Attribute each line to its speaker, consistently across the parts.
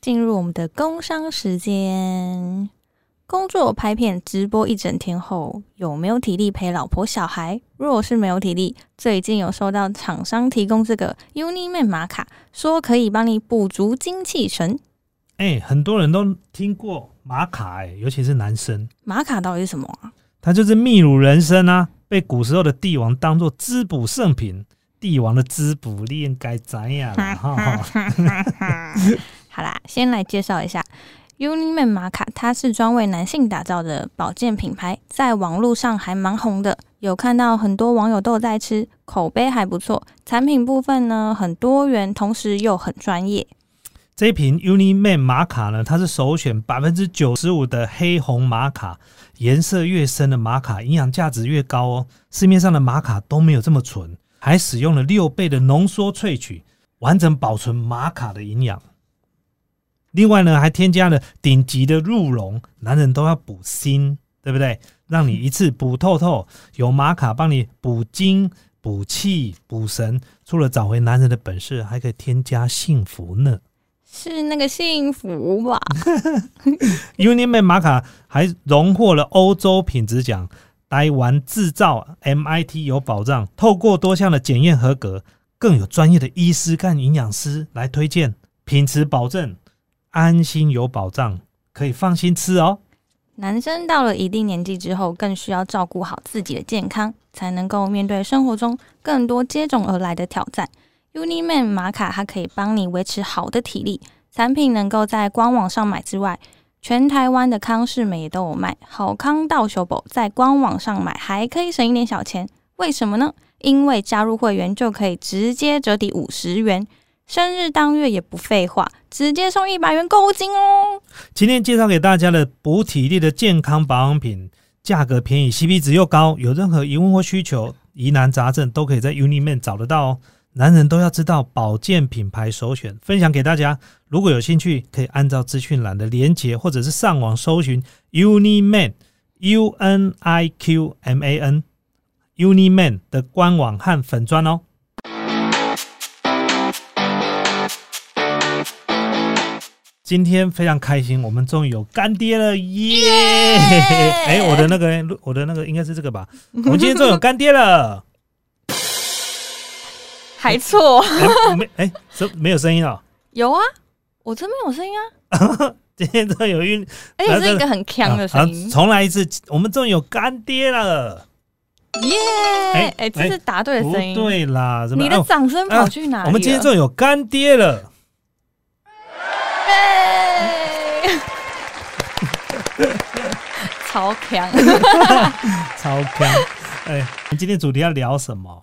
Speaker 1: 进入我们的工商时间。工作拍片直播一整天后，有没有体力陪老婆小孩？若是没有体力，最近有收到厂商提供这个 Uniman 玛卡，说可以帮你补足精气神。
Speaker 2: 哎、很多人都听过玛卡、哎，尤其是男生，
Speaker 1: 玛卡到底是什么啊？
Speaker 2: 它就是秘鲁人参啊，被古时候的帝王当做滋补圣品。帝王的滋补炼该怎样啦？哈哈，
Speaker 1: 好啦，先来介绍一下 Uniman 玛卡，它是专为男性打造的保健品牌，在网络上还蛮红的，有看到很多网友都有在吃，口碑还不错。产品部分呢很多元，同时又很专业。
Speaker 2: 这一瓶 Uniman 玛卡呢，它是首选百分之九十五的黑红玛卡，颜色越深的玛卡营养价值越高哦。市面上的玛卡都没有这么纯，还使用了六倍的浓缩萃取，完整保存玛卡的营养。另外呢，还添加了顶级的鹿茸，男人都要补锌，对不对？让你一次补透透，有玛卡帮你补精、补气、补神，除了找回男人的本事，还可以添加幸福呢。
Speaker 1: 是那个幸福吧？
Speaker 2: Uniman 玛卡还荣获了欧洲品质奖，台湾制造 MIT 有保障，透过多项的检验合格，更有专业的医师跟营养师来推荐，品质保证，安心有保障，可以放心吃哦。
Speaker 1: 男生到了一定年纪之后，更需要照顾好自己的健康，才能够面对生活中更多接踵而来的挑战。Uniman 玛卡它可以帮你维持好的体力，产品能够在官网上买之外，全台湾的康士美也都有卖。好康到手宝在官网上买还可以省一点小钱，为什么呢？因为加入会员就可以直接折抵五十元，生日当月也不废话，直接送一百元购物金哦。
Speaker 2: 今天介绍给大家的补体力的健康保养品，价格便宜，CP 值又高，有任何疑问或需求、疑难杂症都可以在 Uniman 找得到哦。男人都要知道保健品牌首选，分享给大家。如果有兴趣，可以按照资讯栏的连结，或者是上网搜寻 Uniman U N I Q M A N Uniman 的官网和粉砖哦。今天非常开心，我们终于有干爹了，耶！哎、我的那个，我的那个应该是这个吧？我们今天终于有干爹了，
Speaker 1: 还错，
Speaker 2: 哎、没哎，这、没有声音哦。
Speaker 1: 有啊，我这边有声音啊，
Speaker 2: 今天终于有运，
Speaker 1: 而且是一个很强的声
Speaker 2: 啊好
Speaker 1: 音，
Speaker 2: 重来一次，我们终于有干爹了。
Speaker 1: 耶！
Speaker 2: 哎
Speaker 1: 哎，这是答对的
Speaker 2: 不
Speaker 1: 声音，
Speaker 2: 对啦，怎么？
Speaker 1: 你的
Speaker 2: 哦
Speaker 1: 掌声跑去哪里了？
Speaker 2: 我们今天终于有干爹了，
Speaker 1: 耶 超强，
Speaker 2: 超干。哎，我们今天主题要聊什么？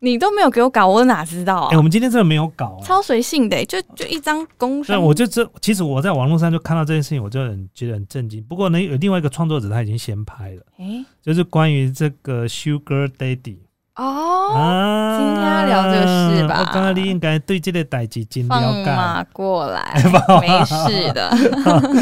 Speaker 1: 你都没有给我搞，我哪知道
Speaker 2: 哎，
Speaker 1: 啊
Speaker 2: 我？们今天真的没有搞、哎
Speaker 1: 超随性的，就就一张工
Speaker 2: 那
Speaker 1: 商，
Speaker 2: 我就这，其实我在网络上就看到这件事情，我就很觉得很震惊。不过呢，有另外一个创作者他已经先拍了，
Speaker 1: 哎
Speaker 2: 就是关于这个 Sugar Daddy、
Speaker 1: 哦，
Speaker 2: 啊。
Speaker 1: 今天要聊这个事吧
Speaker 2: 我刚刚你应该对这个代志真了
Speaker 1: 放
Speaker 2: 解。
Speaker 1: 马过来，
Speaker 2: 哎
Speaker 1: 没事 的，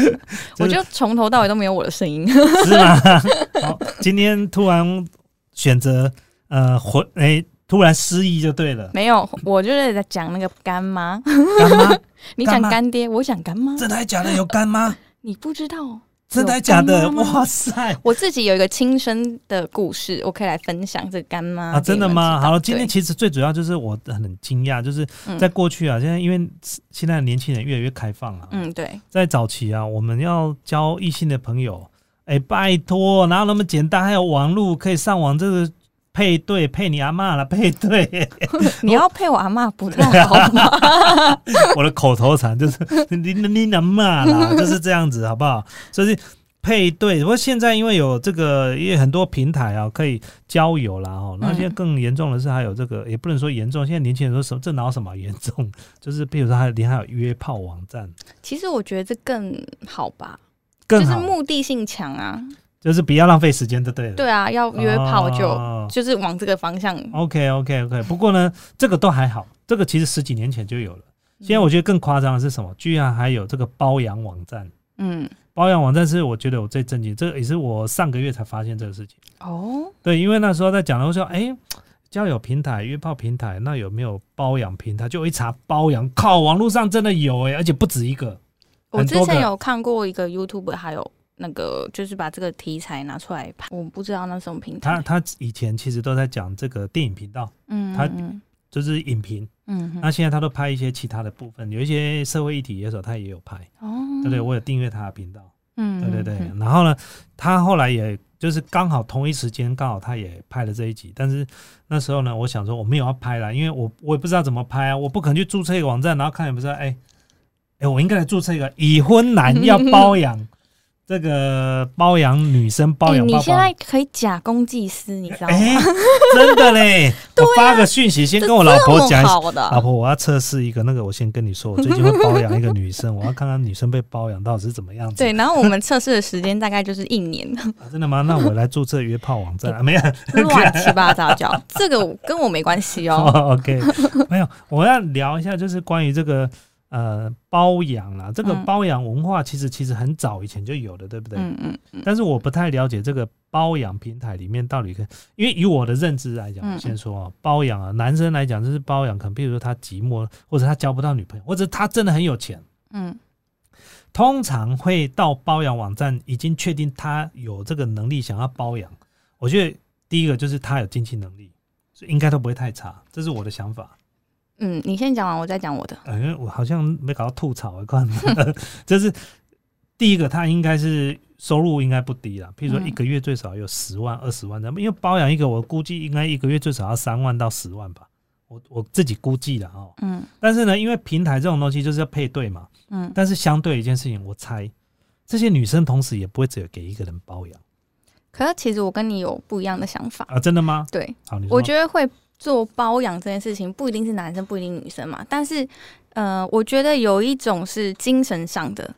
Speaker 1: 我就从头到尾都没有我的声音，
Speaker 2: 是吗？ 好，今天突然选择呃回哎、突然失忆就对 了。
Speaker 1: 没有，我就是在讲那个干妈，
Speaker 2: 干妈，
Speaker 1: 你讲
Speaker 2: 干妈
Speaker 1: 干爹，我讲干妈，
Speaker 2: 真的还假的？有干妈？
Speaker 1: 你不知道哦。
Speaker 2: 真的还假的？
Speaker 1: 有干妈吗啊
Speaker 2: 哇塞！
Speaker 1: 我自己有一个亲身的故事，我可以来分享这个干妈
Speaker 2: 啊，真的
Speaker 1: 给你们
Speaker 2: 吗？
Speaker 1: 知道
Speaker 2: 好了，今天
Speaker 1: 对
Speaker 2: 其实最主要就是我很惊讶，就是
Speaker 1: 嗯
Speaker 2: 在过去啊，现在因为现在的年轻人越来越开放啊，
Speaker 1: 嗯对，
Speaker 2: 在早期啊，我们要交异性的朋友，哎、拜托，哪有那么简单？还有网络可以上网，这个配对配你阿妈了，配对。
Speaker 1: 你要配我阿妈不 太好吗？
Speaker 2: 我的口头禅就是 你你能骂啦，就是这样子，好不好？所以配对，不过现在因为有这个，也很多平台啊，可以交友啦哦。然
Speaker 1: 嗯
Speaker 2: 后现在更严重的是，还有这个，也不能说严重，现在年轻人说什么，这哪有什么严重？就是比如说，还有连还有约炮网站
Speaker 1: 其实我觉得这更好吧，
Speaker 2: 更
Speaker 1: 就是
Speaker 2: 好，
Speaker 1: 目的性强啊。
Speaker 2: 就是不要浪费时间，就对了。
Speaker 1: 对啊，要约炮就、
Speaker 2: 哦
Speaker 1: 就是往这个方向。
Speaker 2: OK OK OK，不过呢，这个都还好，这个其实十几年前就有了。现在
Speaker 1: 嗯
Speaker 2: 我觉得更夸张的是什么？居然还有这个包养网站。
Speaker 1: 嗯
Speaker 2: 包养网站是我觉得我最震惊，这个也是我上个月才发现这个事情。
Speaker 1: 哦，
Speaker 2: 对，因为那时候在讲的时候，哎，交友平台、约炮平台，那有没有包养平台？就我一查包养，靠，网络上真的有哎、而且不止一个。
Speaker 1: 我
Speaker 2: 很
Speaker 1: 之
Speaker 2: 多
Speaker 1: 前
Speaker 2: 个
Speaker 1: 有看过一个 YouTube，还有那个就是把这个题材拿出来拍，我不知道那是什么平
Speaker 2: 他
Speaker 1: 台。
Speaker 2: 他以前其实都在讲这个电影频道，
Speaker 1: 嗯，
Speaker 2: 他
Speaker 1: 嗯
Speaker 2: 就是影评。
Speaker 1: 嗯
Speaker 2: 那现在他都拍一些其他的部分，有一些社会议题的时候他也有拍，
Speaker 1: 嗯哦，
Speaker 2: 对不对？我有订阅他的频道，
Speaker 1: 嗯，
Speaker 2: 对对对
Speaker 1: 嗯。
Speaker 2: 然后呢，他后来也就是刚好同一时间，刚好他也拍了这一集。但是那时候呢，我想说我没有要拍啦，因为我我也不知道怎么拍啊，我不可能去注册一个网站，然后看也不知道，哎哎，我应该来注册一个已婚男要包养 这个包养女生包
Speaker 1: 哎，
Speaker 2: 养
Speaker 1: 你
Speaker 2: 爸
Speaker 1: 现
Speaker 2: 爸
Speaker 1: 在。可以假公济私，你知道吗？
Speaker 2: 哎、真 的嘞！我发个讯息先
Speaker 1: 这
Speaker 2: 跟我老
Speaker 1: 啊这
Speaker 2: 婆
Speaker 1: 么
Speaker 2: 讲一下，
Speaker 1: 好的，
Speaker 2: 老婆，我要测试一个那个，我先跟你说，我最近会包养一个女生， 我要看看女生被包养到底是怎么样子。
Speaker 1: 对，然后我们测试的时间大概就是一年，
Speaker 2: 啊真 的吗？那我来注册约炮网站，啊、没有、
Speaker 1: 乱七八糟叫，这个我跟我没关系 哦。
Speaker 2: o k 没有。我要聊一下，就是关于这个呃包养啦，这个
Speaker 1: 嗯
Speaker 2: 包养文化其实其实很早以前就有的，对不对？
Speaker 1: 嗯嗯嗯，
Speaker 2: 但是我不太了解这个包养平台里面到底跟，因为以我的认知来讲，
Speaker 1: 嗯
Speaker 2: 我先说啊，包养啊，男生来讲就是包养，可能比如说他寂寞，或者他交不到女朋友，或者他真的很有钱。
Speaker 1: 嗯
Speaker 2: 通常会到包养网站，已经确定他有这个能力想要包养。我觉得第一个就是他有经济能力，所以应该都不会太差，这是我的想法。
Speaker 1: 嗯，你先讲完，我再讲我的。
Speaker 2: 呃因为我好像没搞到吐槽欸一块， 就是第一个他应该是收入应该不低啦，譬如说
Speaker 1: 嗯
Speaker 2: 一个月最少有十万、二十万这样，因为包养一个我估计应该一个月最少要三万到十万吧，我我自己估计的哦。
Speaker 1: 嗯
Speaker 2: 但是呢，因为平台这种东西就是要配对嘛，
Speaker 1: 嗯，
Speaker 2: 但是相对一件事情，我猜这些女生同时也不会只有给一个人包养
Speaker 1: 可是其实我跟你有不一样的想法。
Speaker 2: 啊，真的吗？
Speaker 1: 对，
Speaker 2: 好，你说
Speaker 1: 我觉得会做包养这件事情，不一定是男生，不一定女生嘛。但是，呃，我觉得有一种是精神上的，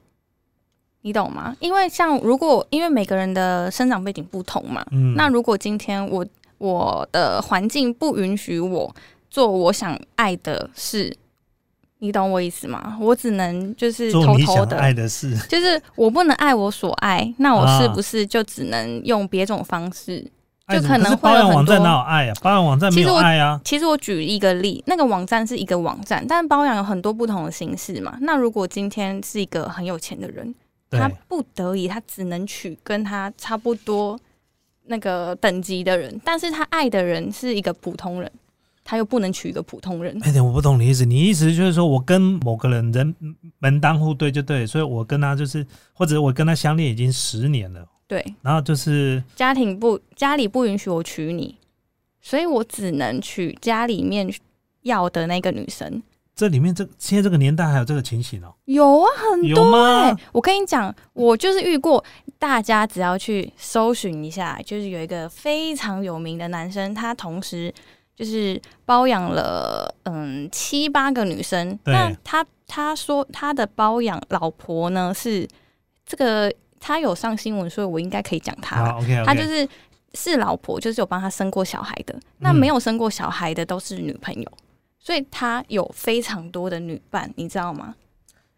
Speaker 1: 你懂吗？因为像如果因为每个人的生长背景不同嘛，
Speaker 2: 嗯
Speaker 1: 那如果今天我我的环境不允许我做我想爱的事，你懂我意思吗？我只能就是
Speaker 2: 做
Speaker 1: 偷
Speaker 2: 你
Speaker 1: 偷
Speaker 2: 想
Speaker 1: 的，
Speaker 2: 爱的事，
Speaker 1: 就是我不能爱我所爱，那我
Speaker 2: 啊
Speaker 1: 是不是就只能用别种方式？
Speaker 2: 爱什么
Speaker 1: 可能
Speaker 2: 是
Speaker 1: 会有
Speaker 2: 包养
Speaker 1: 很
Speaker 2: 网站
Speaker 1: 多
Speaker 2: 哪有爱啊？包养网站没
Speaker 1: 其实
Speaker 2: 有
Speaker 1: 我
Speaker 2: 爱啊。
Speaker 1: 其实我举一个例，那个网站是一个网站，但包养有很多不同的形式嘛。那如果今天是一个很有钱的人，
Speaker 2: 对
Speaker 1: 他不得已，他只能娶跟他差不多那个等级的人，但是他爱的人是一个普通人，他又不能娶一个普通人。
Speaker 2: 哎、我不懂你意思。你意思就是说我跟某个人人门当户对就对，所以我跟他就是，或者我跟他相恋已经十年了，
Speaker 1: 对，
Speaker 2: 然后就是
Speaker 1: 家庭不家里不允许我娶你，所以我只能娶家里面要的那个女生。
Speaker 2: 这里面这现在这个年代还有这个情形哦、
Speaker 1: 有啊，很多。
Speaker 2: 有吗？
Speaker 1: 我跟你讲，我就是遇过，大家只要去搜寻一下，就是有一个非常有名的男生，他同时就是包养了嗯七八个女生。
Speaker 2: 对
Speaker 1: 那他他说他的包养老婆呢是这个，他有上新闻，所以我应该可以讲他啦
Speaker 2: 好，OK，, o k
Speaker 1: 他就是是老婆，就是有帮他生过小孩的。那
Speaker 2: 嗯
Speaker 1: 没有生过小孩的都是女朋友，所以他有非常多的女伴，你知道吗？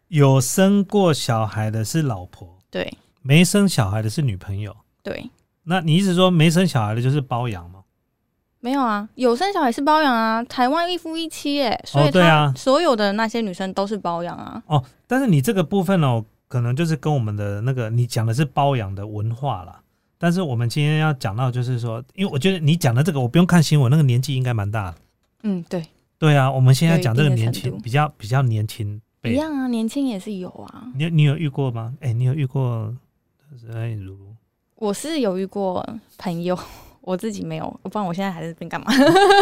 Speaker 2: 有生过小孩的是老婆，
Speaker 1: 对
Speaker 2: 没生小孩的是女朋友。
Speaker 1: 对。
Speaker 2: 那你意思说没生小孩的就是包养吗？
Speaker 1: 没有啊，有生小孩是包养啊，台湾一夫一妻哎，所以
Speaker 2: 对啊
Speaker 1: 他所有的那些女生都是包养啊。
Speaker 2: 哦，但是你这个部分哦，可能就是跟我们的那个你讲的是包养的文化啦。但是我们今天要讲到，就是说，因为我觉得你讲的这个，我不用看新闻，那个年纪应该蛮大的。
Speaker 1: 嗯，对，
Speaker 2: 对啊，我们现在讲这个年
Speaker 1: 有一定的
Speaker 2: 轻
Speaker 1: 程，度
Speaker 2: 比较比较年轻
Speaker 1: 一
Speaker 2: 辈。
Speaker 1: 样啊，年轻也是有啊。
Speaker 2: 你你有遇过吗？哎、你有遇过？哎，如如
Speaker 1: 我是有遇过朋友， 我自己没有，不然我现在还在这边干嘛？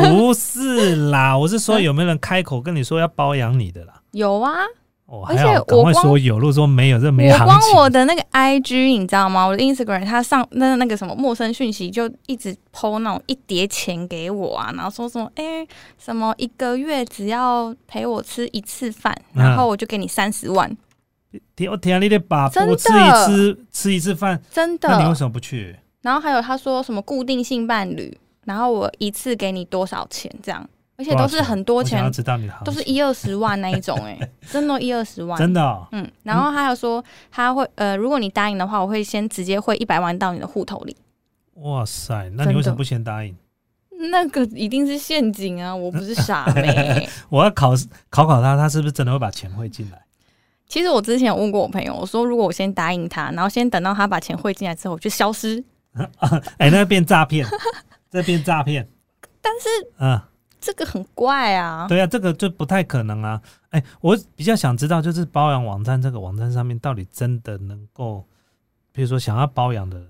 Speaker 2: 不是啦，我是说有没有人开口跟你说要包养你的啦？
Speaker 1: 有啊，
Speaker 2: 哦，
Speaker 1: 而
Speaker 2: 还
Speaker 1: 且
Speaker 2: 好，赶
Speaker 1: 我
Speaker 2: 快
Speaker 1: 光
Speaker 2: 说有，如果说没有，这没
Speaker 1: 我
Speaker 2: 行
Speaker 1: 光
Speaker 2: 情。
Speaker 1: 我的那个 IG 你知道吗？我的 Instagram 他上那那个什么陌生讯息就一直 PO 那种一叠钱给我啊，然后说什么哎、什么一个月只要陪我吃一次饭，
Speaker 2: 嗯
Speaker 1: 然后我就给你三十万，
Speaker 2: 天，我天啊，你得把
Speaker 1: 真
Speaker 2: 我
Speaker 1: 的
Speaker 2: 吃一吃吃一次饭，
Speaker 1: 真的。
Speaker 2: 那你为什么不去？
Speaker 1: 然后还有他说什么固定性伴侣，然后我一次给你多少钱这样，而且都是很多
Speaker 2: 我想要
Speaker 1: 钱，
Speaker 2: 知道你的行
Speaker 1: 都是
Speaker 2: 情
Speaker 1: 一二十万那一种、 哎，真的，一二十万，
Speaker 2: 真的哦、
Speaker 1: 嗯。然后还有说他会呃，如果你答应的话，我会先直接汇一百万到你的户头里。
Speaker 2: 哇塞，那
Speaker 1: 真
Speaker 2: 你
Speaker 1: 的
Speaker 2: 为什么不先答应？
Speaker 1: 那个一定是陷阱啊！我不是傻妹，
Speaker 2: 我要考考考他，他是不是真的会把钱汇进来？
Speaker 1: 其实我之前有问过我朋友，我说如果我先答应他，然后先等到他把钱汇进来之后，我就消失。
Speaker 2: 哎、那变诈骗， 这变诈骗。
Speaker 1: 但是
Speaker 2: 嗯，
Speaker 1: 这个很怪啊，
Speaker 2: 对啊，这个就不太可能啊。哎、我比较想知道，就是包养网站这个网站上面到底真的能够，比如说想要包养的人，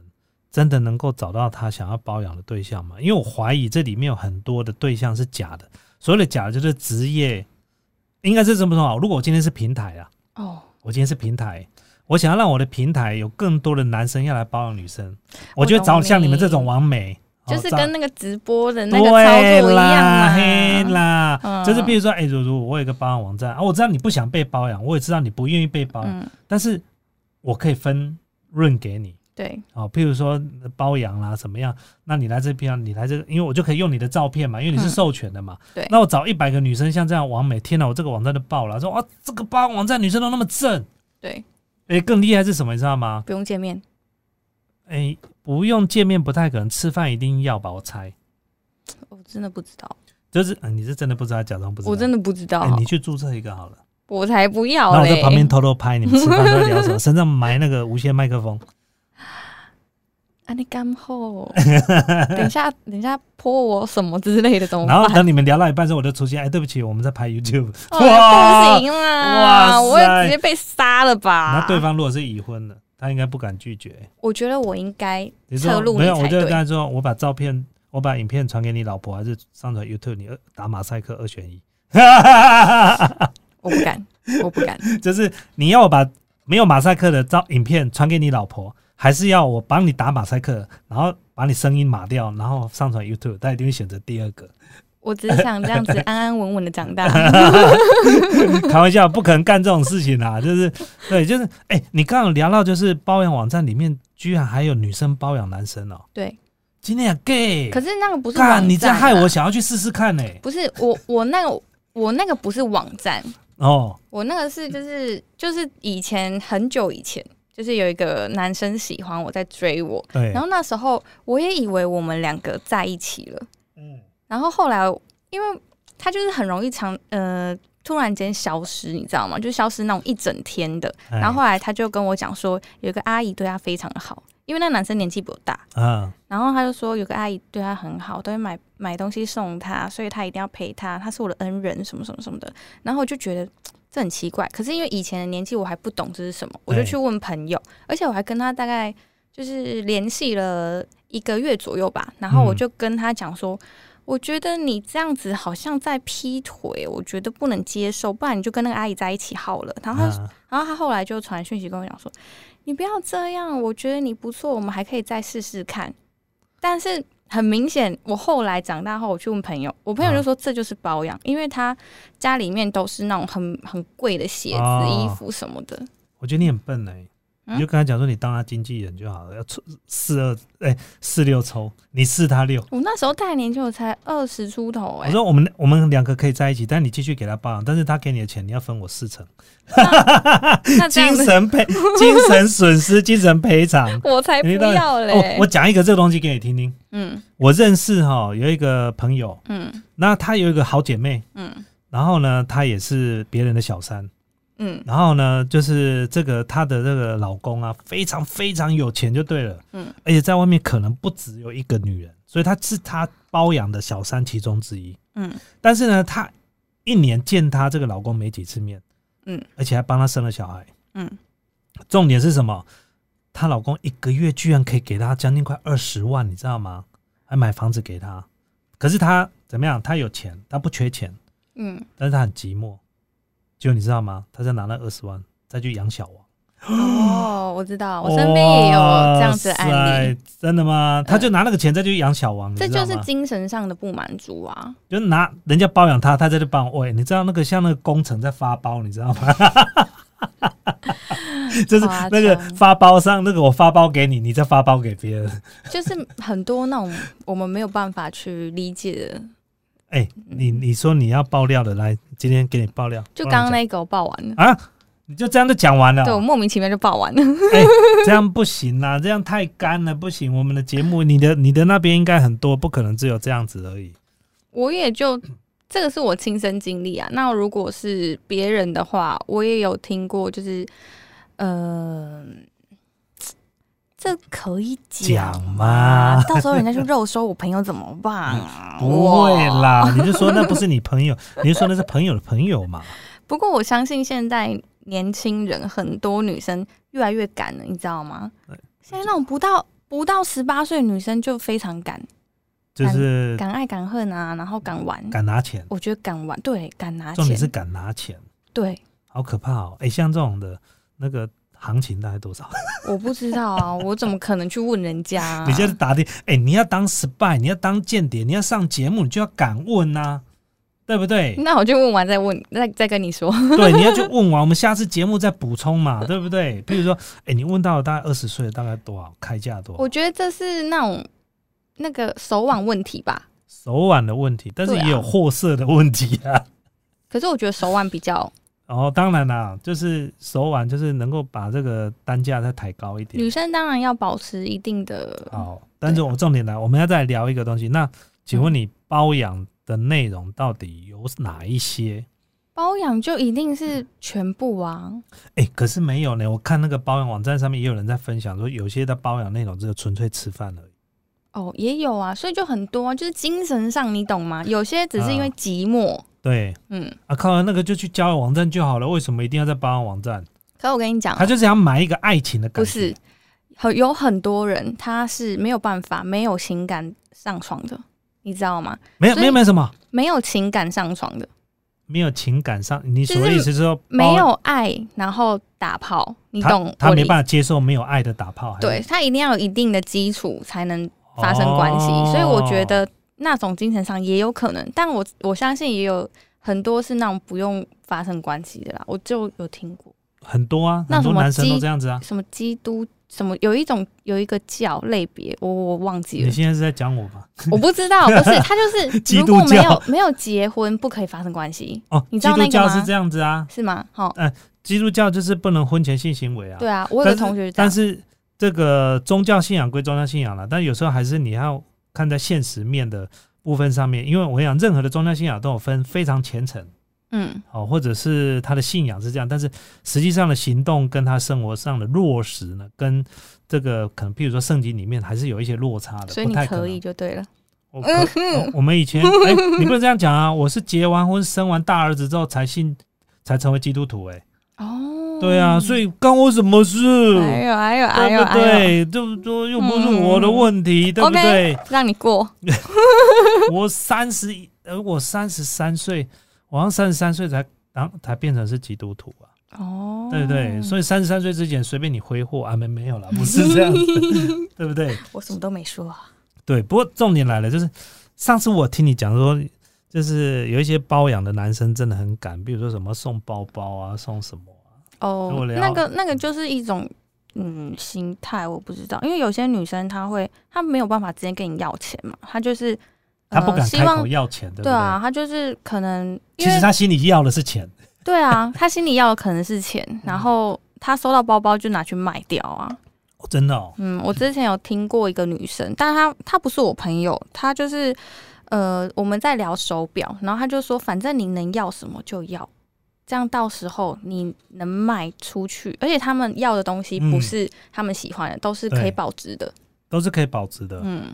Speaker 2: 真的能够找到他想要包养的对象吗？因为我怀疑这里面有很多的对象是假的。所谓的假的就是职业，应该是这么说啊。如果我今天是平台啊，
Speaker 1: 哦，
Speaker 2: 我今天是平台，我想要让我的平台有更多的男生要来包养女生，我就找像你们这种完美，
Speaker 1: 就
Speaker 2: 哦
Speaker 1: 是
Speaker 2: 找
Speaker 1: 跟那个直播的那个
Speaker 2: 对
Speaker 1: 操作一样
Speaker 2: 啦，
Speaker 1: 嘛。
Speaker 2: 嘿啦，
Speaker 1: 嗯
Speaker 2: 就是比如说，哎、如如我有一个包养网站啊，我知道你不想被包养，我也知道你不愿意被包养，
Speaker 1: 嗯，
Speaker 2: 但是我可以分润给你
Speaker 1: 对，
Speaker 2: 哦，譬如说呃包养啦，怎么样？那你来这边，啊你来这个，因为我就可以用你的照片嘛，因为你是
Speaker 1: 嗯
Speaker 2: 授权的嘛。
Speaker 1: 对
Speaker 2: 那我找一百个女生像这样完美，天哪，我这个网站就爆了，说哇，这个包养网站女生都那么正。
Speaker 1: 对，
Speaker 2: 哎、更厉害是什么？你知道吗？
Speaker 1: 不用见面。
Speaker 2: 哎、不用见面不太可能，吃饭一定要吧？我猜，
Speaker 1: 我真的不知道，
Speaker 2: 就是、嗯你是真的不知道，假装不知道。
Speaker 1: 我真的不知道，
Speaker 2: 哎、你去注册一个好了，
Speaker 1: 我才不
Speaker 2: 然
Speaker 1: 要
Speaker 2: 后我
Speaker 1: 嘞！
Speaker 2: 在旁边偷偷拍你们吃饭都在 聊什么，身上埋那个无线麦克风，
Speaker 1: 啊，你干后，等一下，等一下泼我什么之类的怎么
Speaker 2: 然
Speaker 1: 办
Speaker 2: 后？等你们聊到一半的时候，我就出现，哎、对不起，我们在拍 YouTube，
Speaker 1: 哦
Speaker 2: 哇
Speaker 1: 不行啊
Speaker 2: 哇
Speaker 1: 啦，
Speaker 2: 塞
Speaker 1: 我也直接被杀了
Speaker 2: 然
Speaker 1: 吧
Speaker 2: 后？对方如果是已婚的，他应该不敢拒绝。
Speaker 1: 我觉得我应该
Speaker 2: 你
Speaker 1: 侧
Speaker 2: 说
Speaker 1: 录
Speaker 2: 没
Speaker 1: 你
Speaker 2: 有，我
Speaker 1: 才
Speaker 2: 就跟
Speaker 1: 对。
Speaker 2: 他说，我把照片，我把影片传给你老婆，还是上传 YouTube，你二打马赛克二选一，
Speaker 1: 我不敢，我不敢。
Speaker 2: 就是你要我把没有马赛克的照影片传给你老婆，还是要我帮你打马赛克，然后把你声音码掉，然后上传 YouTube，他一定会选择第二个。
Speaker 1: 我只想这样子安安稳稳的长 大。
Speaker 2: 开玩笑，不可能干这种事情啊！ 就是，对，就是，哎、你刚刚有聊到就是包养网站里面居然还有女生包养男生哦，
Speaker 1: 对，
Speaker 2: 今天也 gay，
Speaker 1: 可是那个不是网
Speaker 2: 干
Speaker 1: 站、啊
Speaker 2: 你这样害我，想要去试试看呢、
Speaker 1: 不是我我那个我那个不是网站，
Speaker 2: 哦，
Speaker 1: 我那个是就是就是以前很久以前，就是有一个男生喜欢我在追我，
Speaker 2: 对
Speaker 1: 然，后那时候我也以为我们两个在一起了，
Speaker 2: 嗯，
Speaker 1: 然后后来因为他就是很容易常呃突然间消失，你知道吗？就消失那种一整天的。
Speaker 2: 哎
Speaker 1: 然后后来他就跟我讲说，有一个阿姨对他非常的好，因为那男生年纪比我大，
Speaker 2: 嗯，
Speaker 1: 然后他就说有个阿姨对他很好，都会买买东西送他，所以他一定要陪他，他是我的恩人，什么什么什么的。然后我就觉得这很奇怪，可是因为以前的年纪我还不懂这是什么，我就去问朋友，而且我还跟他大概就是联系了一个月左右吧，然后我就跟他讲说。我觉得你这样子好像在劈腿，我觉得不能接受，不然你就跟那个阿姨在一起好了。然后他
Speaker 2: 嗯
Speaker 1: 然后他后来就传讯息跟我讲说：“你不要这样，我觉得你不错，我们还可以再试试看。”但是很明显，我后来长大后，我去问朋友，我朋
Speaker 2: 嗯
Speaker 1: 友就说这就是包养，因为他家里面都是那种很很贵的鞋子、
Speaker 2: 哦
Speaker 1: 衣服什么的。
Speaker 2: 我觉得你很笨哎、
Speaker 1: 嗯
Speaker 2: 你就跟他讲说，你当他经纪人就好了，要抽四二哎四六抽，你四他六。
Speaker 1: 我那时候太年轻，我才二十出头哎、
Speaker 2: 我说我们我们两个可以在一起，但你继续给他包养，但是他给你的钱你要分我四成，
Speaker 1: 那这样
Speaker 2: 精
Speaker 1: 子
Speaker 2: 神赔精神损失、精神赔偿。
Speaker 1: 我才不要嘞、
Speaker 2: 哦，我讲一个这个东西给你听听。
Speaker 1: 嗯
Speaker 2: 我认识哈、有一个朋友，
Speaker 1: 嗯
Speaker 2: 那她有一个好姐妹，
Speaker 1: 嗯
Speaker 2: 然后呢，她也是别人的小三，
Speaker 1: 嗯
Speaker 2: 然后呢，就是这个她的这个老公啊，非常非常有钱就对了，
Speaker 1: 嗯，
Speaker 2: 而且在外面可能不只有一个女人，所以她是她包养的小三其中之一。
Speaker 1: 嗯
Speaker 2: 但是呢，她一年见她这个老公没几次面，
Speaker 1: 嗯，
Speaker 2: 而且还帮她生了小孩。
Speaker 1: 嗯，
Speaker 2: 重点是什么？她老公一个月居然可以给她将近快二十万，你知道吗？还买房子给她。可是她怎么样？她有钱，她不缺钱，
Speaker 1: 嗯，
Speaker 2: 但是她很寂寞。结果你知道吗？她再拿那二十万再去养小王。
Speaker 1: 哦，我知道，我身边也有这样子的案例，呃
Speaker 2: 哇塞。真的吗？她就拿那个钱再去养小王，你
Speaker 1: 这
Speaker 2: 知道
Speaker 1: 就
Speaker 2: 吗
Speaker 1: 是精神上的不满足啊。
Speaker 2: 就拿人家包养她，她在这帮喂，你知道那个像那个工程在发包，你知道吗？ 就是
Speaker 1: 夸张
Speaker 2: 那个发包商，那个我发包给你，你再发包给别人。
Speaker 1: 就是很多那种我们没有办法去理解的，
Speaker 2: 哎、你你说你要爆料的，来，今天给你爆料。
Speaker 1: 嗯就
Speaker 2: 不然
Speaker 1: 刚刚
Speaker 2: 讲
Speaker 1: 那个我报完了，
Speaker 2: 啊，你就这样就讲完了
Speaker 1: 对我
Speaker 2: 哦、
Speaker 1: 莫名其妙就报完了。
Speaker 2: 这样不行啦，这样太干了，不行。我们的节目，你的你的那边应该很多，不可能只有这样子而已。
Speaker 1: 我也就这个是我亲身经历啊。那如果是别人的话，我也有听过，就是呃，这可以讲
Speaker 2: 讲嘛
Speaker 1: 啊，到时候人家就肉收我朋友怎么办啊？
Speaker 2: 不会
Speaker 1: 哇
Speaker 2: 啦，你就说那不是你朋友，你就说那是朋友的朋友嘛。
Speaker 1: 不过我相信现在年轻人很多女生越来越敢了，你知道吗？现在那种不到不到十八岁的女生就非常敢，
Speaker 2: 就是
Speaker 1: 敢爱敢恨啊，然后敢玩。
Speaker 2: 嗯敢拿钱，
Speaker 1: 我觉得敢玩，对，敢拿
Speaker 2: 重点是
Speaker 1: 钱，
Speaker 2: 敢拿钱，
Speaker 1: 对，
Speaker 2: 好可怕哦！哎，像这种的那个行情大概多少？
Speaker 1: 我不知道啊， 我怎么可能去问人家、啊？
Speaker 2: 你就是打听，哎，你要当 spy，你要当间谍，你要上节目，你就要敢问呐、对不对？
Speaker 1: 那我就问完再问，再再跟你说。
Speaker 2: 对，你要去问完，我们下次节目再补充嘛， 对不对？比如说，哎，你问到大概二十岁，大概多少开价多
Speaker 1: 我
Speaker 2: 少？
Speaker 1: 觉得这是那种那个手腕问题吧，
Speaker 2: 手腕的问题，但是
Speaker 1: 对啊
Speaker 2: 也有货色的问题啊。
Speaker 1: 可是我觉得手腕比较
Speaker 2: 哦，当然啦，就是手腕就是能够把这个单价再抬高一
Speaker 1: 女
Speaker 2: 点。哦
Speaker 1: 生当然要保持一定的，
Speaker 2: 好，但是我重点来，我们要再聊一个东西。那请
Speaker 1: 嗯
Speaker 2: 问你包养的内容到底有哪一些？
Speaker 1: 包养就一定是全部啊。
Speaker 2: 哎、可是没有呢。我看那个包养网站上面也有人在分享说，有些的包养内容只有纯粹吃饭而已。
Speaker 1: 哦，也有啊，所以就很多、啊，就是精神上你懂吗？有些只是因为
Speaker 2: 啊
Speaker 1: 寂寞，
Speaker 2: 对
Speaker 1: 嗯。
Speaker 2: 啊，靠，那个就去交友网站就好了，为什么一定要在包养网站？
Speaker 1: 可我跟你讲啊，
Speaker 2: 他就是要买一个爱情的
Speaker 1: 不
Speaker 2: 感觉。
Speaker 1: 是，很有很多人他是没有办法没有情感上床的，你知道吗？
Speaker 2: 没有
Speaker 1: 所以
Speaker 2: 没有没有什么，
Speaker 1: 没有情感上床
Speaker 2: 哦
Speaker 1: 的，
Speaker 2: 没有情感上，你所
Speaker 1: 就
Speaker 2: 谓
Speaker 1: 是
Speaker 2: 意思是说哦
Speaker 1: 没有爱，然后打炮，你
Speaker 2: 他
Speaker 1: 懂
Speaker 2: 他
Speaker 1: 我的
Speaker 2: 没
Speaker 1: 意思？
Speaker 2: 办法接受没有爱的打炮，还是
Speaker 1: 对他一定要有一定的基础才能发生关系，所以我觉
Speaker 2: 哦
Speaker 1: 得那种精神上也有可能，但我我相信也有很多是那种不用发生关系的啦，我就有听过
Speaker 2: 很多啊，
Speaker 1: 那
Speaker 2: 很多
Speaker 1: 什么
Speaker 2: 男生都
Speaker 1: 鸡
Speaker 2: 这样子啊。
Speaker 1: 什么基督什么有一种有一个教类别，我我忘记
Speaker 2: 你
Speaker 1: 了，
Speaker 2: 现在是在讲我吧？
Speaker 1: 我不知道，不是他 就
Speaker 2: 基
Speaker 1: 是如
Speaker 2: 督
Speaker 1: 果没
Speaker 2: 教
Speaker 1: 有没有结婚不可以发生关系，
Speaker 2: 哦，
Speaker 1: 你知
Speaker 2: 基
Speaker 1: 道那
Speaker 2: 督
Speaker 1: 个
Speaker 2: 教
Speaker 1: 吗
Speaker 2: 是这样子啊，
Speaker 1: 是吗？好，
Speaker 2: 基督教就是不能婚前性行为啊。
Speaker 1: 对啊，我有
Speaker 2: 但
Speaker 1: 个
Speaker 2: 是
Speaker 1: 同学是这
Speaker 2: 但
Speaker 1: 样，
Speaker 2: 是这个宗教信仰归宗教信仰了，但有时候还是你要看在现实面的部分上面，因为我想任何的宗教信仰都有分非常虔诚。
Speaker 1: 嗯，
Speaker 2: 哦，或者是他的信仰是这样，但是实际上的行动跟他生活上的落实呢，跟这个可能，譬如说圣经里面还是有一些落差的，
Speaker 1: 所以
Speaker 2: 不
Speaker 1: 你
Speaker 2: 太
Speaker 1: 可
Speaker 2: 能
Speaker 1: 以就对了，
Speaker 2: 我可 我我们以前，哎、你不能这样讲啊！我是结完婚、生完大儿子之后才信，才成为基督徒、哎，
Speaker 1: 哦，
Speaker 2: 对啊，所以关我什么事？
Speaker 1: 哎呦哎呦哎
Speaker 2: 对
Speaker 1: 呦
Speaker 2: 不
Speaker 1: 哎呦。嗯
Speaker 2: 对？对不对？又不是我的问题，对不
Speaker 1: OK
Speaker 2: 对？
Speaker 1: 让你过，
Speaker 2: 我三十一，呃，我三十三岁，呃我好像三十三岁才当才变成是基督徒啊，
Speaker 1: 哦，
Speaker 2: 对不对？所以三十三岁之前随便你挥霍啊，没没有啦，不是 这样子，对不对？
Speaker 1: 我什么都没说、啊
Speaker 2: 对，不过重点来了，就是上次我听你讲说，就是有一些包养的男生真的很敢，比如说什么送包包啊，送什么啊、跟
Speaker 1: 哦
Speaker 2: 我，聊
Speaker 1: 那个那个就是一种嗯心态，我不知道，因为有些女生她会，她没有办法直接跟你要钱嘛，她就是呃
Speaker 2: 他不敢
Speaker 1: 希
Speaker 2: 开口
Speaker 1: 望
Speaker 2: 要钱，对不
Speaker 1: 对啊，她就是可能因
Speaker 2: 其实
Speaker 1: 为
Speaker 2: 他心里要的是钱，
Speaker 1: 对啊， 她心里要的可能是钱，
Speaker 2: 嗯
Speaker 1: 然后她收到包包就拿去卖掉啊。
Speaker 2: 哦真的哦，
Speaker 1: 嗯，我之前有听过一个女生，但她她不是我朋友，她就是呃我们在聊手表，然后她就说，反正你能要什么就要，这样到时候你能卖出去，而且他们要的东西
Speaker 2: 嗯
Speaker 1: 不是他们喜欢的，都是可
Speaker 2: 对
Speaker 1: 以保值的。
Speaker 2: 都是可以保值的。
Speaker 1: 嗯，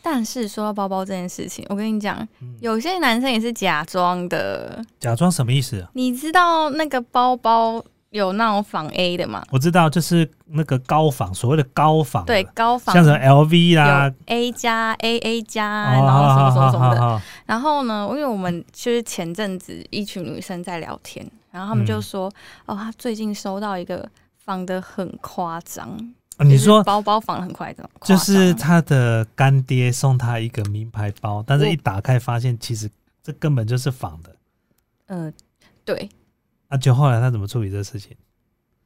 Speaker 1: 但是说到包包这件事情，我跟你讲，
Speaker 2: 嗯
Speaker 1: 有些男生也是假装的，
Speaker 2: 假装什么意思啊？
Speaker 1: 你知道那个包包有那种仿 A 的吗？
Speaker 2: 我知道，就是那个高仿，所谓的高仿，
Speaker 1: 对，，高仿
Speaker 2: 哦像什么 LV 啦，
Speaker 1: 有 A 加 A A 加，
Speaker 2: 哦
Speaker 1: 然后什么什么什么的。
Speaker 2: 好好好
Speaker 1: 然后呢，因为我们就是前阵子一群女生在聊天，然后她们就说，
Speaker 2: 嗯
Speaker 1: 哦，她最近收到一个仿的很夸张，
Speaker 2: 啊你
Speaker 1: 就是
Speaker 2: 说
Speaker 1: 包包仿的很夸张，
Speaker 2: 就是
Speaker 1: 夸张
Speaker 2: 他的干爹送他一个名牌包，但是
Speaker 1: 我
Speaker 2: 一打开发现其实这根本就是仿的。
Speaker 1: 呃，对，
Speaker 2: 啊，就后来他怎么处理这个事情？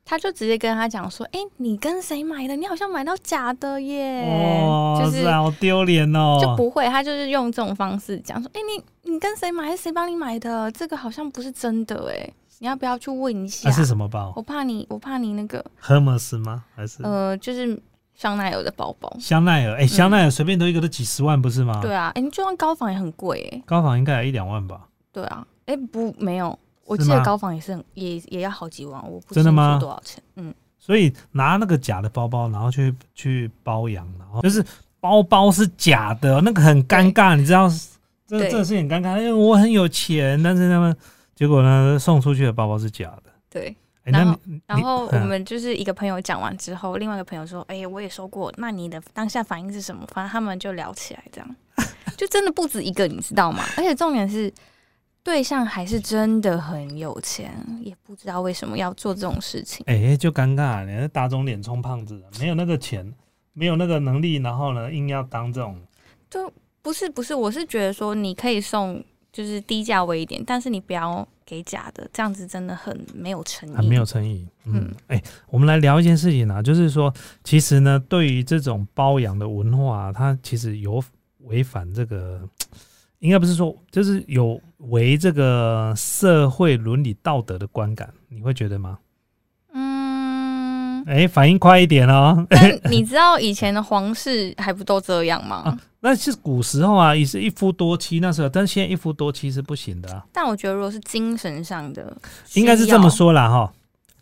Speaker 1: 她就直接跟她讲说，哎、你跟谁买的？你好像买到假的耶，
Speaker 2: 哇
Speaker 1: 哎就
Speaker 2: 塞，
Speaker 1: 是。
Speaker 2: 好丢脸哦！
Speaker 1: 就不会，她就是用这种方式讲说：“哎、你你跟谁买？是谁帮你买的？这个好像不是真的哎、你要不要去问一下
Speaker 2: 啊那、？是什么包
Speaker 1: 我怕你，我怕你那个
Speaker 2: ？Hermes 吗？还是、
Speaker 1: 呃，嗯就是香奈儿的包包。
Speaker 2: 香奈儿？哎、香奈儿随便都一个都几十万，不是吗？
Speaker 1: 对啊，哎、你就算高仿也很贵哎、
Speaker 2: 高仿应该有一两万吧。
Speaker 1: 对啊，哎、不没有，我
Speaker 2: 是
Speaker 1: 记得
Speaker 2: 吗
Speaker 1: 高仿也是很也也要好几万，我不
Speaker 2: 真的
Speaker 1: 清楚
Speaker 2: 吗
Speaker 1: 多少钱？嗯，
Speaker 2: 所以拿那个假的包包，然后去去包养，然后就是包包是假的，那个很尴尬，你知道，这
Speaker 1: 对
Speaker 2: 这个事情很尴尬，因为我很有钱，但是他们结果呢送出去的包包是假的。
Speaker 1: 对。
Speaker 2: 哎
Speaker 1: 然
Speaker 2: 那
Speaker 1: 后
Speaker 2: 你
Speaker 1: 然后我
Speaker 2: 嗯
Speaker 1: 们就是一个朋友讲完之后，另外一个朋友说：“哎、我也收过，那你的当下反应是什么？”反正他们就聊起来，这样 就真的不止一个，你知道吗？而且重点是，对象还是真的很有钱，也不知道为什么要做这种事情。
Speaker 2: 哎、就尴尬，人家打肿脸充胖子，没有那个钱，没有那个能力，然后呢硬要当这种，
Speaker 1: 不是不是，我是觉得说你可以送，就是低价位一点，但是你不要给假的，这样子真的很没有诚意。
Speaker 2: 很没有诚意。嗯
Speaker 1: 嗯，
Speaker 2: 哎、我们来聊一件事情啊，就是说，其实呢，对于这种包养的文化啊、它其实有违反这个，应该不是说，就是有违这个社会伦理道德的观感，你会觉得吗？
Speaker 1: 嗯，
Speaker 2: 哎、反应快一点哦。
Speaker 1: 但你知道以前的皇室还不都这样吗？
Speaker 2: 啊那是古时候啊，也是一夫多妻那时候，但现在一夫多妻是不行的啊。
Speaker 1: 但我觉得如果是精神上的，
Speaker 2: 应该是这么。说啦哈，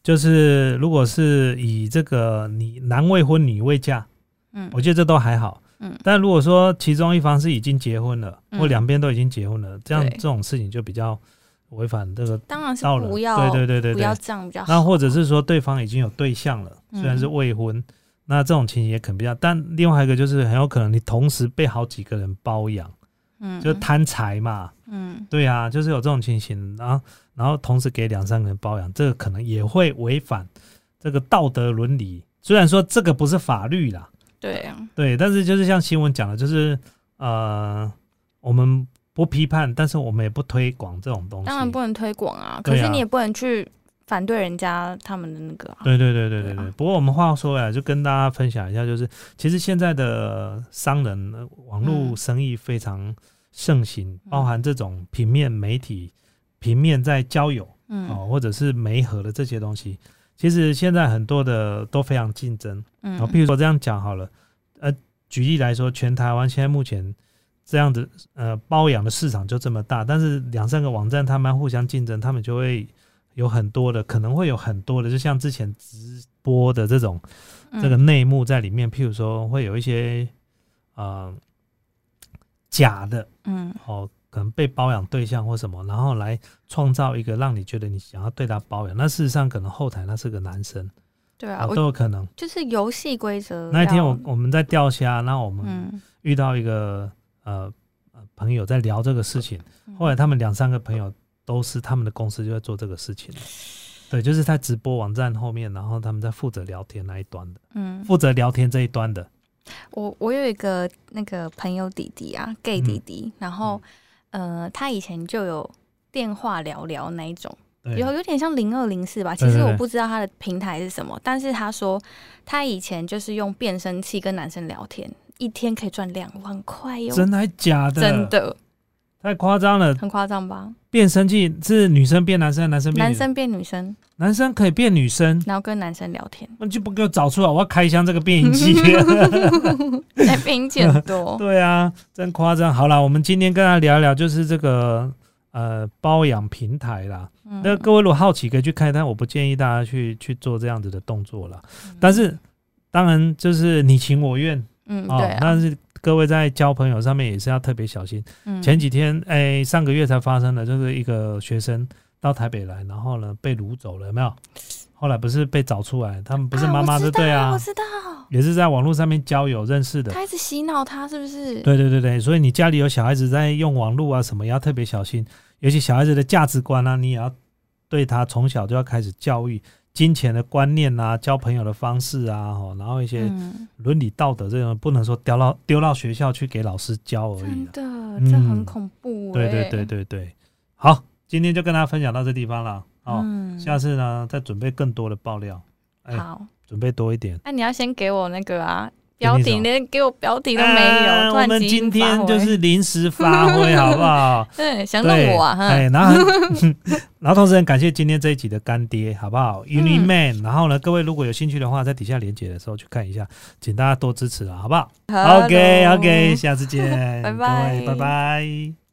Speaker 2: 就是如果是以这个你男未婚女未嫁，
Speaker 1: 嗯
Speaker 2: 我觉得这都还好。
Speaker 1: 嗯
Speaker 2: 但如果说其中一方是已经结婚了，
Speaker 1: 嗯
Speaker 2: 或两边都已经结婚了，这样
Speaker 1: 对
Speaker 2: 这种事情就比较违反这个
Speaker 1: 当然是
Speaker 2: 道了。
Speaker 1: 不要，
Speaker 2: 对对对对
Speaker 1: 不
Speaker 2: 对
Speaker 1: 要。这样比较
Speaker 2: 那
Speaker 1: 好。
Speaker 2: 或者是说对方已经有对象了，
Speaker 1: 嗯
Speaker 2: 虽然是未婚，那这种情形也可能比较。但另外一个就是很有可能你同时被好几个人包养，
Speaker 1: 嗯，
Speaker 2: 就贪财嘛。
Speaker 1: 嗯，
Speaker 2: 对啊，就是有这种情形，然后然后同时给两三个人包养，这个可能也会违反这个道德伦理。虽然说这个不是法律啦，
Speaker 1: 对啊，
Speaker 2: 对，但是就是像新闻讲的，就是呃，我们不批判，但是我们也不推广这种东西。
Speaker 1: 当然不能推广啊，
Speaker 2: 对
Speaker 1: 可
Speaker 2: 啊
Speaker 1: 是你也不能去反对人家他们的那个啊。
Speaker 2: 对对对对对
Speaker 1: 对
Speaker 2: 对
Speaker 1: 啊。
Speaker 2: 不过我们话说回来，就跟大家分享一下，就是其实现在的商人呃网络
Speaker 1: 嗯
Speaker 2: 生意非常盛行，包含这种平面媒体、平面在交友。
Speaker 1: 嗯
Speaker 2: 哦，或者是媒合的这些东西，其实现在很多的都非常竞争。
Speaker 1: 嗯
Speaker 2: 哦，譬如说这样讲好了，呃，举例来说，全台湾现在目前这样子呃包养的市场就这么大，但是两三个网站他们互相竞争，他们就会有很多的，可能会有很多的，就像之前直播的这种这个
Speaker 1: 嗯
Speaker 2: 内幕在里面，譬如说会有一些呃假的
Speaker 1: 嗯
Speaker 2: 哦，可能被包养对象或什么，然后来创造一个让你觉得你想要对他包养，那事实上可能后台那是个男生，
Speaker 1: 对
Speaker 2: 啊
Speaker 1: 啊，、
Speaker 2: 都
Speaker 1: 我
Speaker 2: 有可能。
Speaker 1: 就是游戏规嗯则要。
Speaker 2: 那一天我我们在钓虾，那我们
Speaker 1: 嗯，
Speaker 2: 遇到一个、呃呃朋友在聊这个事情，
Speaker 1: 嗯
Speaker 2: 后来他们两三个朋友都是他们的公司就在做这个事情，对，就是在直播网站后面，然后他们在负责聊天那一端的，
Speaker 1: 嗯，
Speaker 2: 负责聊天这一端的，
Speaker 1: 我我有一个那个朋友弟弟
Speaker 2: 嗯
Speaker 1: 啊，gay 弟弟，然后呃，他以前就有电话聊聊那一种。
Speaker 2: 对，
Speaker 1: 有有点像零二零四吧，
Speaker 2: 对
Speaker 1: 其实
Speaker 2: 对
Speaker 1: 我
Speaker 2: 对
Speaker 1: 不知道他的平台是什么，但是他说他以前就是用变声器跟男生聊天，一天可以赚两万块哟，
Speaker 2: 真的还假的？
Speaker 1: 真的
Speaker 2: 太夸张了！
Speaker 1: 很夸张吧？
Speaker 2: 变声器是女生变男生，男生变
Speaker 1: 男
Speaker 2: 女生
Speaker 1: 生变女生，
Speaker 2: 男生可以变女生，
Speaker 1: 然后跟男生聊天，
Speaker 2: 那就不给我找出来，我要开箱这个变 音 器。
Speaker 1: 哎，变音 很多，
Speaker 2: 对啊，真夸张。好啦，我们今天跟大家聊一聊，就是这个呃包养平台啦。
Speaker 1: 嗯
Speaker 2: 那各位如果好奇，可以去看，但我不建议大家去去做这样子的动作啦。但是当然就是你情我愿
Speaker 1: 嗯，
Speaker 2: 啊、
Speaker 1: 对啊，
Speaker 2: 但是各位在交朋友上面也是要特别小心。
Speaker 1: 嗯
Speaker 2: 前几天，哎、上个月才发生的，就是一个学生到台北来，然后呢被掳走了，有没有？后来不是被找出来，他们不是
Speaker 1: 啊
Speaker 2: 妈妈
Speaker 1: 我
Speaker 2: 的
Speaker 1: 知道
Speaker 2: 对啊
Speaker 1: 我，知道，
Speaker 2: 也是在网络上面交友认识的。
Speaker 1: 他一直洗脑他是不是？
Speaker 2: 对对对对，所以你家里有小孩子在用网络啊什么，也要特别小心，尤其小孩子的价值观啊，你也要对他从小就要开始教育金钱的观念啊，交朋友的方式啊，哦，然后一些
Speaker 1: 嗯，
Speaker 2: 伦理道德这种，不能说丢到丢到学校去给老师教而已
Speaker 1: 真
Speaker 2: 啦。
Speaker 1: 的，这很
Speaker 2: 啊嗯
Speaker 1: 恐怖，欸
Speaker 2: 对对对，对对，好，今天就跟大家分享到这地方了。哦，
Speaker 1: 嗯，
Speaker 2: 下次呢再准备更多的爆料，哎
Speaker 1: 好。
Speaker 2: 准备多一点。
Speaker 1: 哎那、你要先给我那个啊
Speaker 2: 给你
Speaker 1: 标
Speaker 2: 什
Speaker 1: 题，
Speaker 2: 么
Speaker 1: 连给我标题都没有。
Speaker 2: 啊
Speaker 1: 突
Speaker 2: 我
Speaker 1: 然
Speaker 2: 们
Speaker 1: 即兴
Speaker 2: 今
Speaker 1: 发
Speaker 2: 天
Speaker 1: 挥
Speaker 2: 就是临时发挥，好不好？
Speaker 1: 对，想
Speaker 2: 对，
Speaker 1: 弄我啊？哈，
Speaker 2: 哎，然后 很然后同时很感谢今天这一集的干爹，好 不好？Uniman，、然后呢，各位如果有兴趣的话，在底下连接的时候去看一下，哎请大家多支持啊，好不好 o k OK，下次见，
Speaker 1: 拜拜
Speaker 2: 各位拜拜。